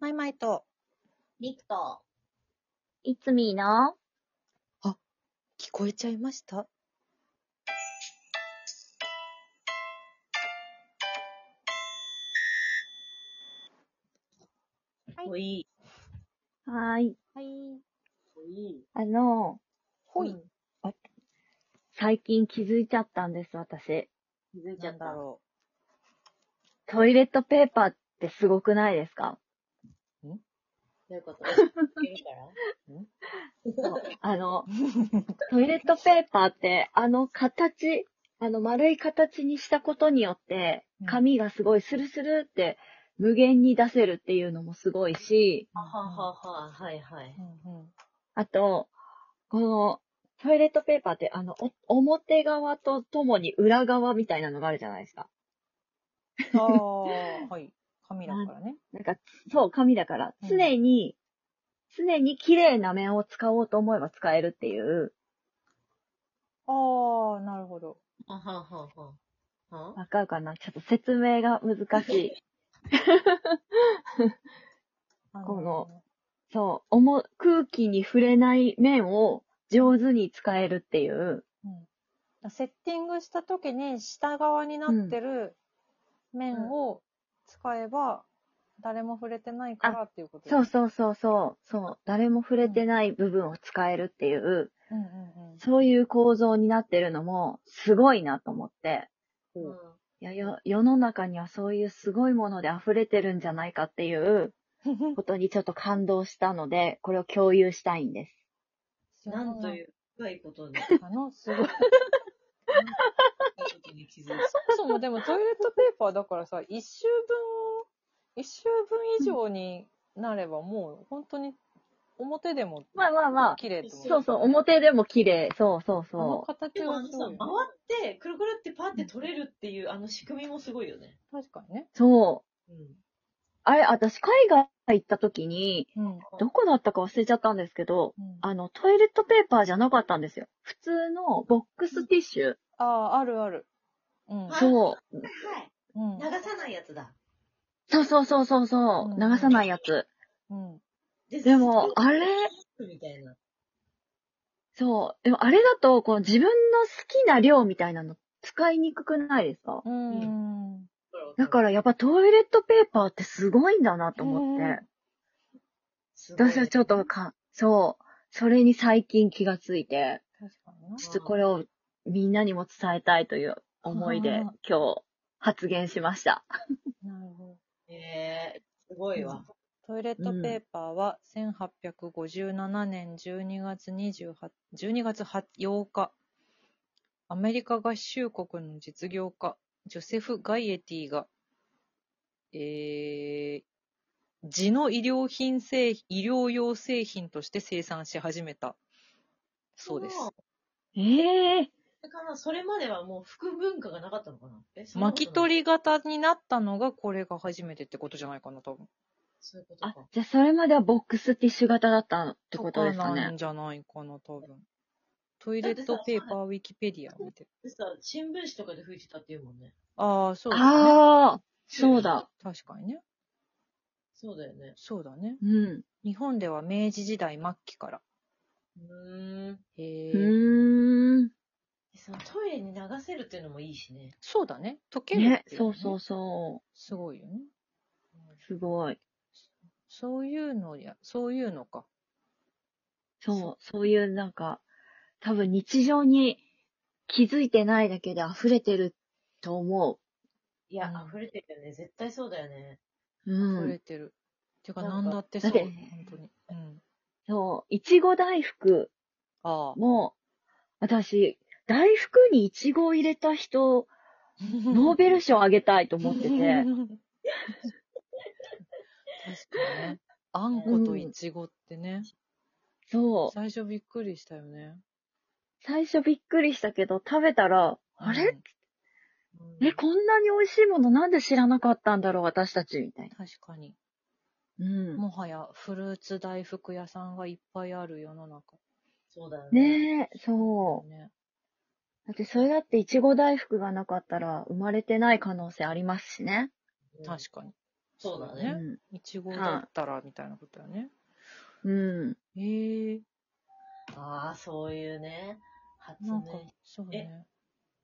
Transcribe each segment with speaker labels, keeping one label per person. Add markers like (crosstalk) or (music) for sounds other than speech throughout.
Speaker 1: マイマイと、
Speaker 2: リクと、いつみーの、
Speaker 1: 聞こえちゃいました
Speaker 2: はい
Speaker 1: ほい。
Speaker 2: はーい。
Speaker 1: はい。
Speaker 2: あの、
Speaker 1: ほ
Speaker 2: う
Speaker 1: い
Speaker 2: ん。最近気づいちゃったんです、私。
Speaker 3: 気づいち
Speaker 1: な
Speaker 3: ゃっ
Speaker 1: ん
Speaker 3: た
Speaker 1: だ。ろ
Speaker 2: トイレットペーパーってすごくないですか
Speaker 3: どういうこといける (laughs) から
Speaker 1: (laughs)
Speaker 2: あの、トイレットペーパーって、あの形、あの丸い形にしたことによって
Speaker 1: うん、
Speaker 2: 紙がすごいスルスルって無限に出せるっていうのもすごいし、
Speaker 1: う。
Speaker 3: ははははいはい。
Speaker 1: うんうん
Speaker 2: あと、この、トイレットペーパーって、あの、お表側とともに裏側みたいなのがあるじゃないですか。
Speaker 1: ああ、 (laughs) はい。紙だからね。
Speaker 2: なんか、そう、紙だから、
Speaker 1: うん
Speaker 2: 常に、常に綺麗な面を使おうと思えば使えるっていう、
Speaker 1: ああ、なるほど。
Speaker 3: はははは。は
Speaker 2: わかるかなちょっと説明が難しい。
Speaker 1: あの
Speaker 2: この、そう、おも、空気に触れない面を上手に使えるっていう、
Speaker 1: うん。セッティングした時に下側になってる面を使えば、誰も触れてないからっていうこと
Speaker 2: そう。そうそうそう、そう、誰も触れてない部分を使えるっていう、
Speaker 1: うんうんうん。。
Speaker 2: そういう構造になってるのも、すごいなと思って、
Speaker 3: うん
Speaker 2: いや、よ、世の中にはそういうすごいもので溢れてるんじゃないかっていう、ことにちょっと感動したので、これを共有したいんです。
Speaker 3: (laughs) なんという
Speaker 1: (laughs)
Speaker 3: う、深いこ
Speaker 2: (laughs)
Speaker 3: とに、
Speaker 1: あの、すごい。
Speaker 3: 深いことに気づいちゃっ
Speaker 1: そもそもでもトイレットペーパーだからさ、一周分、一周分以上になればもう本当に表でも
Speaker 2: まあまあまあ、
Speaker 1: 綺麗と思う。
Speaker 2: そうそう、表でも綺麗。そうそう
Speaker 1: あの
Speaker 2: そ
Speaker 3: た。
Speaker 1: 形
Speaker 3: でもあ
Speaker 1: は
Speaker 3: の
Speaker 1: す
Speaker 3: さ、
Speaker 1: ごい
Speaker 3: 回
Speaker 1: よね。
Speaker 3: って、くるくるってパって取れるっていう、あの仕組みもすごいよね。
Speaker 1: 確かにね。
Speaker 2: う。そう。
Speaker 3: うん。
Speaker 2: あれ、私、海外行った時に、
Speaker 1: うん。
Speaker 2: どこだったか忘れちゃったんですけど、
Speaker 1: うんあ
Speaker 2: あの、トイレットペーパーじゃなかったんですよ。普通のボックスティッシュ。
Speaker 1: あ、あるある。うん。
Speaker 3: あ
Speaker 2: そう。
Speaker 3: はい。
Speaker 1: うん。
Speaker 3: 流さないやつだ。
Speaker 2: そうそうそうそうそう。
Speaker 1: うん
Speaker 2: 流さないやつ。
Speaker 1: うん。
Speaker 3: で
Speaker 2: でもあれ
Speaker 3: みたいな。
Speaker 2: そう。でも、あれだと、こう、自分の好きな量みたいなの使いにくくないですか
Speaker 1: うん。
Speaker 2: だから、やっぱトイレットペーパーってすごいんだなと思って。
Speaker 3: すごい
Speaker 2: 私はちょっとか、そう、それに最近気がついて、
Speaker 1: 確かにな。
Speaker 2: ちょっとこれをみんなにも伝えたいという思いで
Speaker 1: あー、
Speaker 2: 今日発言しました。
Speaker 1: なるほど。
Speaker 3: えー、すごいわ。
Speaker 1: トイレットペーパーは1857年12月28 12月8日、アメリカ合衆国の実業家、ジョセフ・ガイエティが、えー、地の医療品製、医療用製品として生産し始めたそうです。
Speaker 2: ええ
Speaker 3: だから、それまではもう服文化がなかったのかなえ
Speaker 1: 巻き取
Speaker 3: り。
Speaker 1: り型になったのがこれが初めてってことじゃないかな、多分。
Speaker 3: そういうこと
Speaker 2: あ
Speaker 3: か。、
Speaker 2: じゃあそれまではボックスティッシュ型だったってことですか
Speaker 1: とな
Speaker 2: ね
Speaker 1: ん。じゃないかな、多分。トイレットペーパーウィキペディア見て。
Speaker 3: でさ、新聞紙とかで吹いてたっていうもんね。
Speaker 1: ああ、そうだ、ね。
Speaker 2: ああ、そうだ。
Speaker 1: 確かにね。
Speaker 3: そうだよね。
Speaker 1: そうだね。
Speaker 2: うん。
Speaker 1: 日本では明治時代末期から。
Speaker 3: うーん。
Speaker 1: へ
Speaker 2: う
Speaker 1: え、
Speaker 2: ーん。
Speaker 3: そのトイレに流せるっていうのもいいしね。
Speaker 1: そうだね。溶ける
Speaker 2: ね
Speaker 1: っ、てい
Speaker 2: そうそう
Speaker 1: ね。
Speaker 2: そ
Speaker 1: すごいよね。
Speaker 2: う。すごい。
Speaker 1: そういうのや、そういうのか。
Speaker 2: そう、そういうなんか、多分日常に気づいてないだけで溢れてると思
Speaker 3: いや、
Speaker 1: うん
Speaker 3: 溢れてるよね。絶対そうだよね。
Speaker 2: う。う
Speaker 1: 溢れ
Speaker 2: ん。
Speaker 1: てる。てか、
Speaker 3: な
Speaker 1: なんん
Speaker 3: か
Speaker 1: だってそう。
Speaker 2: だって
Speaker 1: 本当に。うん。
Speaker 2: そう、いちご大福
Speaker 1: ああ。
Speaker 2: も、私、大福にいちごを入れた人、ノーベル賞あげたいと思ってて。
Speaker 1: 確かにね。あんこといちごってね、
Speaker 2: そう、
Speaker 1: 最初びっくりしたよね。
Speaker 2: 最初びっくりしたけど、食べたら、あれ
Speaker 3: うん
Speaker 2: え、こんなに美味しいものなんで知らなかったんだろう、私たち、みたいな。
Speaker 1: 確かに。
Speaker 2: うん。
Speaker 1: もはやフルーツ大福屋さんがいっぱいある世の中
Speaker 3: そうだよね。
Speaker 2: ねえ、
Speaker 1: だ
Speaker 2: そう。
Speaker 1: ね。
Speaker 2: だってそれだっていちご大福がなかったら生まれてない可能性ありますしね。
Speaker 3: うん
Speaker 1: 確かに。
Speaker 3: そうだ
Speaker 1: え
Speaker 2: う
Speaker 3: ね。
Speaker 2: ん。
Speaker 1: いちごだったらみたいなことだよね。
Speaker 2: うん。
Speaker 1: えー、
Speaker 3: ああ、そういうね。発
Speaker 1: なんか
Speaker 3: 明。、
Speaker 1: そうね。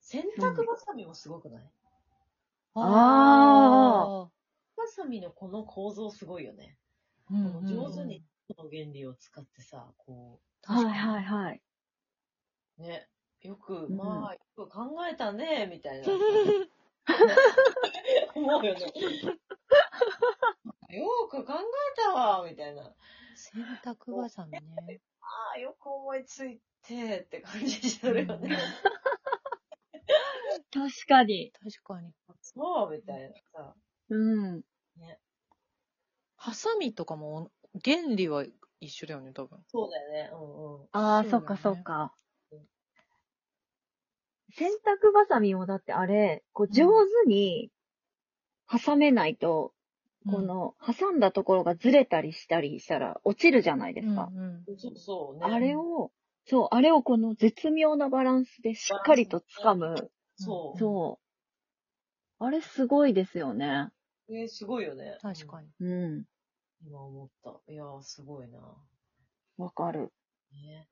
Speaker 3: 洗濯バサミもすごくない、
Speaker 1: あ
Speaker 3: バサミのこの構造すごいよね。
Speaker 1: ー。うん
Speaker 3: この上手に。この原理を使ってさ、こ
Speaker 2: はい
Speaker 1: い。
Speaker 2: はいはい。 (laughs)
Speaker 3: う、ね。よく、
Speaker 2: うん
Speaker 3: まあ、よく考えたね、み
Speaker 1: (laughs)
Speaker 3: たいな。思うよね。 (laughs) よく考えたわ、みたいな。
Speaker 1: 洗濯ばさみね。
Speaker 3: ああ、よく思いついてって感じするよ
Speaker 1: うん
Speaker 3: ね。
Speaker 2: 確かに。
Speaker 1: 確かに。
Speaker 3: そう、みたいなさ。
Speaker 2: うん。
Speaker 1: ハサミとかも原理は一緒だよね、多分。
Speaker 3: そうだよね。うんうん。
Speaker 2: ああ、
Speaker 1: そうだ
Speaker 2: そ
Speaker 1: よ
Speaker 2: っ
Speaker 1: ね
Speaker 2: かそっか
Speaker 3: うん。
Speaker 2: 洗濯バサミもだってあれ、こう上手に挟めないと、この挟んだところがずれたりしたりしたら落ちるじゃないで
Speaker 1: う
Speaker 2: す
Speaker 1: ん、
Speaker 2: か。
Speaker 1: うん
Speaker 3: そうそうね。
Speaker 2: あれを、そう、あれをこの絶妙なバランスでしっかりと掴む。
Speaker 3: そ
Speaker 2: そう。あれすごいですよね。
Speaker 3: う。ね、すごいよね。
Speaker 1: 確か
Speaker 3: に。
Speaker 1: に。
Speaker 2: うん。
Speaker 3: 今思った。いやー、すごいな。
Speaker 2: わかる。
Speaker 3: ね。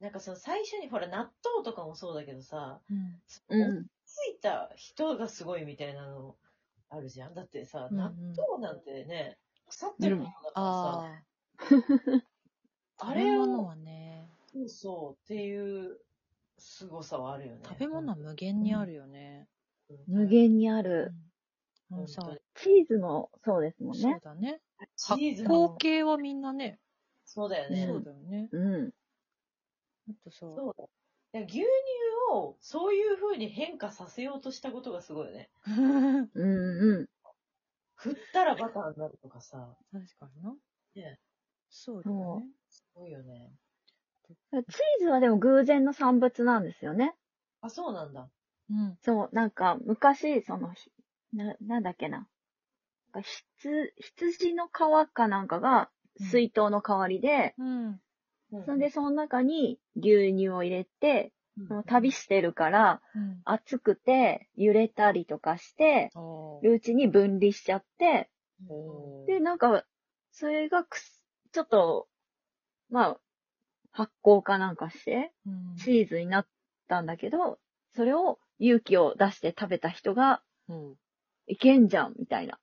Speaker 3: なんかその最初にほら納豆とかもそうだけどさ、
Speaker 1: うん。
Speaker 2: うん。
Speaker 3: ついた人がすごいみたいなのあるじゃん。だってさ、
Speaker 1: うんうん
Speaker 3: 納豆なんてね、腐ってるものだからさ、
Speaker 1: ああ。
Speaker 3: あれ
Speaker 1: 食べ物
Speaker 3: を、
Speaker 1: はね、
Speaker 3: そうそうっていう凄さはあるよね。
Speaker 1: 食べ物は無限にあるよね。
Speaker 2: 無限にあ
Speaker 1: う
Speaker 2: る。
Speaker 1: ん。もうさ、
Speaker 3: 本
Speaker 2: チーズもそうですもん
Speaker 1: そう
Speaker 2: ね。
Speaker 1: だね。
Speaker 3: シリーズ
Speaker 1: 後
Speaker 3: の、
Speaker 1: 継はみんなね、
Speaker 3: そうだよね。
Speaker 1: そうだよね。
Speaker 2: うん。
Speaker 1: あとさ、
Speaker 3: そうだ。いや牛乳をそういう風に変化させようとしたことがすごいよね。
Speaker 1: (laughs) 確
Speaker 2: うんうん。
Speaker 3: 振ったらバターになるとかさ。
Speaker 1: かにな。
Speaker 3: ね
Speaker 1: そうだよね。
Speaker 3: すごいよね。
Speaker 2: チーズはでも偶然の産物なんですよね。
Speaker 3: あ、そうなんだ。
Speaker 1: うん。
Speaker 2: そう、なんか昔、その、ひな、なんだっけな。なんか羊、羊の皮かなんかが
Speaker 1: うん
Speaker 2: 水筒の代わりで、
Speaker 1: うん。
Speaker 3: うん
Speaker 2: そんで、その中に牛乳を入れて、
Speaker 3: うん
Speaker 2: その旅してるから
Speaker 1: うん。
Speaker 2: 熱くて揺れたりとかして、
Speaker 1: あー
Speaker 2: るうちに分離しちゃって、
Speaker 3: うん
Speaker 1: おー
Speaker 2: で、なんか、それがくす、ちょっと、まあ、発酵かなんかして、
Speaker 1: うん
Speaker 2: チーズになったんだけど、それを勇気を出して食べた人が、
Speaker 1: うん
Speaker 2: いけんじゃん、みたいな。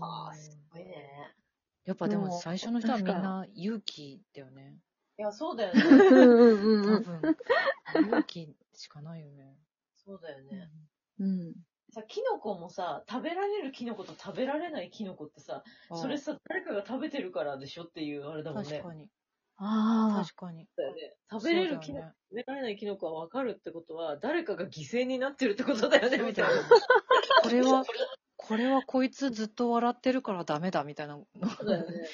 Speaker 3: あーすごいね。
Speaker 1: やっぱで
Speaker 2: で
Speaker 1: も
Speaker 2: も
Speaker 1: 最初の人はみん
Speaker 2: 確か
Speaker 1: な勇気だよね。
Speaker 3: いや、そうだよ
Speaker 2: (laughs) う
Speaker 3: ね。
Speaker 2: ん
Speaker 1: 多
Speaker 2: うん
Speaker 3: (laughs)
Speaker 1: 分、勇気しかないよね。
Speaker 3: そうだよね。
Speaker 2: うん。
Speaker 3: さ、キノコもさ、食べられるキノコと食べられないキノコってさ、
Speaker 1: あー
Speaker 3: それさ、誰かが食べてるからでしょっていうあれだもんね。
Speaker 1: 確かに。
Speaker 2: ああ。
Speaker 1: 確かに。
Speaker 3: だよね食べれる
Speaker 1: そ
Speaker 3: キ
Speaker 1: うだ
Speaker 3: ノ
Speaker 1: よ
Speaker 3: コ、
Speaker 1: ね
Speaker 3: 食べられないキノコは分かるってことは、誰かが犠牲になってるってことだよね、みたいな。
Speaker 1: これは、これはこいつずっと笑ってるからダメだみたい
Speaker 3: (laughs)
Speaker 1: な、
Speaker 3: そうだよね。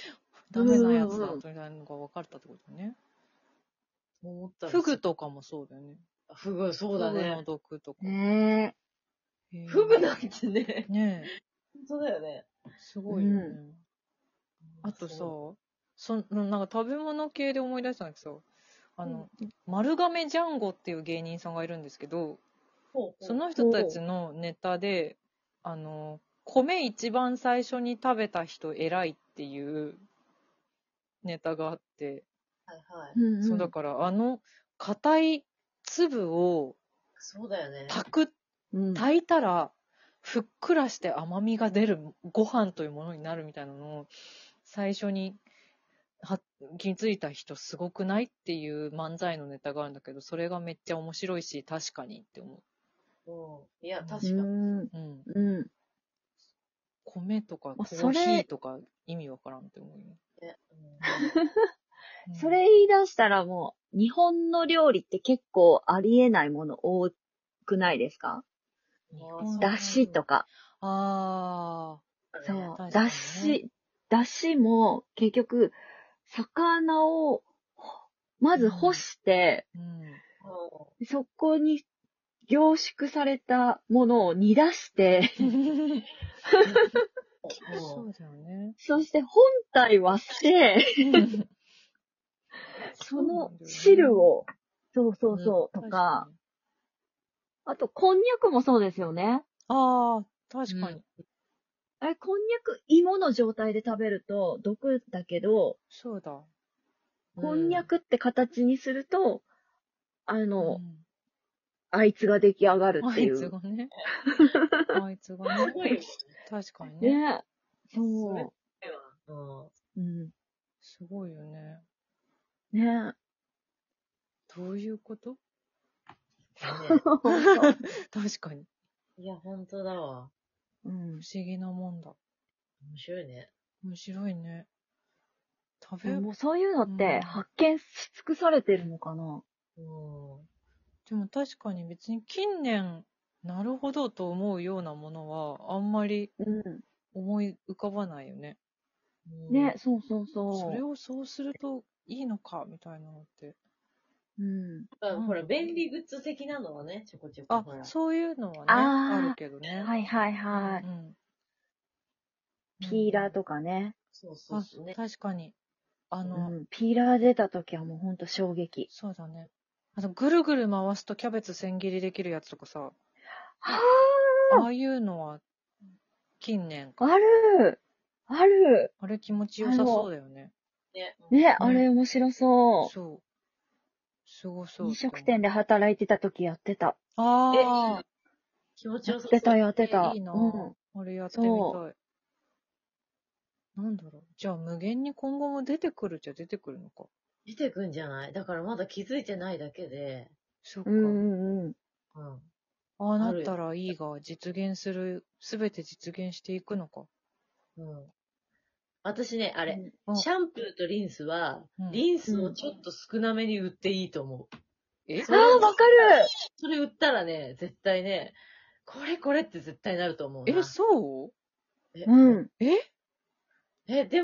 Speaker 1: ダメなやつだ
Speaker 2: うんうんうん
Speaker 1: みたいなのが分かったってことね。
Speaker 3: 思ったら
Speaker 1: フグとかもそうだよね。
Speaker 3: フグ、そうだ
Speaker 1: フグ
Speaker 3: ね
Speaker 1: の。毒とか。
Speaker 2: ね
Speaker 1: へー
Speaker 3: フグなんてね。
Speaker 1: ね
Speaker 3: 本当だよね。
Speaker 1: え、すごいよね。
Speaker 2: う
Speaker 1: あとさ
Speaker 3: そ、
Speaker 1: そんなんか食べ物系で思い出したんだけどさ、あの、丸亀ジャンゴっていう芸人さんがいるんですけど、
Speaker 3: う、
Speaker 1: その人たちのネタで、あの、米一番最初に食べた人偉いっていうネタがあって、
Speaker 3: はいはい
Speaker 2: え。うんうん
Speaker 1: そうだからあの硬い粒を
Speaker 3: そうだよね。
Speaker 1: 炊く、
Speaker 2: うん
Speaker 1: 炊いたらふっくらして甘みが出るご飯というものになるみたいなのを最初には気づいた人すごくないっていう漫才のネタがあるんだけど、それがめっちゃ面白いし、確かにって思
Speaker 3: うん。いや、確
Speaker 2: う
Speaker 3: かに。
Speaker 2: ん。
Speaker 1: う。うん。
Speaker 2: うん。
Speaker 1: 米とかコ
Speaker 2: あ
Speaker 1: ー
Speaker 2: そ
Speaker 1: ヒ
Speaker 2: れ
Speaker 1: ーとか意味わからんって思うよ。
Speaker 3: ね
Speaker 1: うん
Speaker 2: それ言い出したらもう、日本の料理って結構ありえないもの多くないですか
Speaker 3: うん
Speaker 1: うん
Speaker 2: だしとか。
Speaker 1: あ
Speaker 2: そ
Speaker 1: 確かに
Speaker 2: う。
Speaker 1: ね
Speaker 2: だし、だしも結局、魚を、ほまず干して、
Speaker 1: あ、うん。
Speaker 2: (laughs)
Speaker 3: う
Speaker 2: そこに凝縮されたものを煮出して、 (laughs)
Speaker 3: ん
Speaker 1: そうだよ (laughs) ね。
Speaker 2: そして本体は
Speaker 1: (laughs)
Speaker 2: して、その汁を、そうそうそう、とか、。あとこんにゃくもそうですよね。
Speaker 1: ああ、確かに。
Speaker 2: あれ、こんにゃく芋の状態で食べると毒だけど、
Speaker 1: そうだ。
Speaker 2: こんにゃ
Speaker 3: く
Speaker 2: くって形にすると、あの、
Speaker 1: うん
Speaker 2: あいつが出来上がるっ
Speaker 1: あ
Speaker 2: てい
Speaker 1: いつ
Speaker 2: う。
Speaker 1: が (laughs) ね。あいつが
Speaker 3: すごい
Speaker 1: ね
Speaker 3: よ。。
Speaker 1: 確かにね。
Speaker 2: ねそ
Speaker 3: うん
Speaker 2: う。うん。
Speaker 1: すごいよね。
Speaker 2: ね
Speaker 1: どういうこと
Speaker 2: そう
Speaker 1: 確かに。
Speaker 3: いや、本当だわ。
Speaker 2: うん
Speaker 1: 不。思議なもんだ。
Speaker 3: 面白いね。
Speaker 1: 面白いね。食べ、
Speaker 2: もうそういうのっ
Speaker 1: うん
Speaker 2: て発見し尽くされてるのかな
Speaker 3: うん。
Speaker 1: でも確かに別に近年、なるほどと思うようなものは、あんまり
Speaker 2: うん。
Speaker 1: 思い浮かばないよね。
Speaker 2: ね、そうそうそう。
Speaker 1: それをそうするといいのか、みたいなのって。
Speaker 2: うん。
Speaker 3: うん。ほら、便利グッズ的なのはね、ちょこちょこ。
Speaker 1: あ
Speaker 3: ほ、ら
Speaker 1: そういうのはね、
Speaker 2: あ
Speaker 1: あ
Speaker 2: ー
Speaker 1: るけどね。
Speaker 2: はいはいは
Speaker 1: う
Speaker 2: い。
Speaker 1: ん。
Speaker 2: ピーラー
Speaker 1: か。
Speaker 2: とかね。
Speaker 3: そうそう
Speaker 1: あ
Speaker 3: そうね。
Speaker 1: 確かに。あ
Speaker 2: う
Speaker 1: の、
Speaker 2: ん。ピーラー出た時はもうほんと衝撃。
Speaker 1: そうだね。あの、ぐるぐる回すとキャベツ千切りできるやつとかさ、
Speaker 2: は
Speaker 1: ああいうのは、近年か。
Speaker 2: ああるある
Speaker 1: あれ気持ちよさそうだよね。
Speaker 3: ね。
Speaker 2: ね、あれ面白そ
Speaker 1: そう。すご
Speaker 2: う。
Speaker 1: そう。
Speaker 2: 飲食店で働いてた時やってた。
Speaker 1: あ
Speaker 3: 気持ち
Speaker 2: や
Speaker 3: よ
Speaker 2: っ
Speaker 3: さ
Speaker 2: てた、
Speaker 3: そう。
Speaker 2: やって
Speaker 1: あ、
Speaker 2: た。
Speaker 1: いいな、
Speaker 2: うん。
Speaker 1: あれやってみたい。なんだろう。じゃあ無限に今後も出てくるっちゃ出てくるのか。
Speaker 3: 出てくんじゃないだからまだ気づいてないだけで。
Speaker 1: そっか。
Speaker 2: うんうんうん。
Speaker 3: うん。
Speaker 1: ああな
Speaker 3: あ
Speaker 1: っ
Speaker 3: る
Speaker 1: たらいいが、実現する、すべて実現していくのか。
Speaker 3: うん。私ね、あれ、
Speaker 1: うん
Speaker 3: シャンプーとリンスは、
Speaker 1: うん
Speaker 3: リンスをちょっと少なめに売っていいと思う。
Speaker 1: え
Speaker 2: ああ、わかる
Speaker 3: それ売ったらね、絶対ね、これこれって絶対なると思うな。
Speaker 1: え、そう
Speaker 3: え
Speaker 2: うん。
Speaker 1: え
Speaker 3: え、で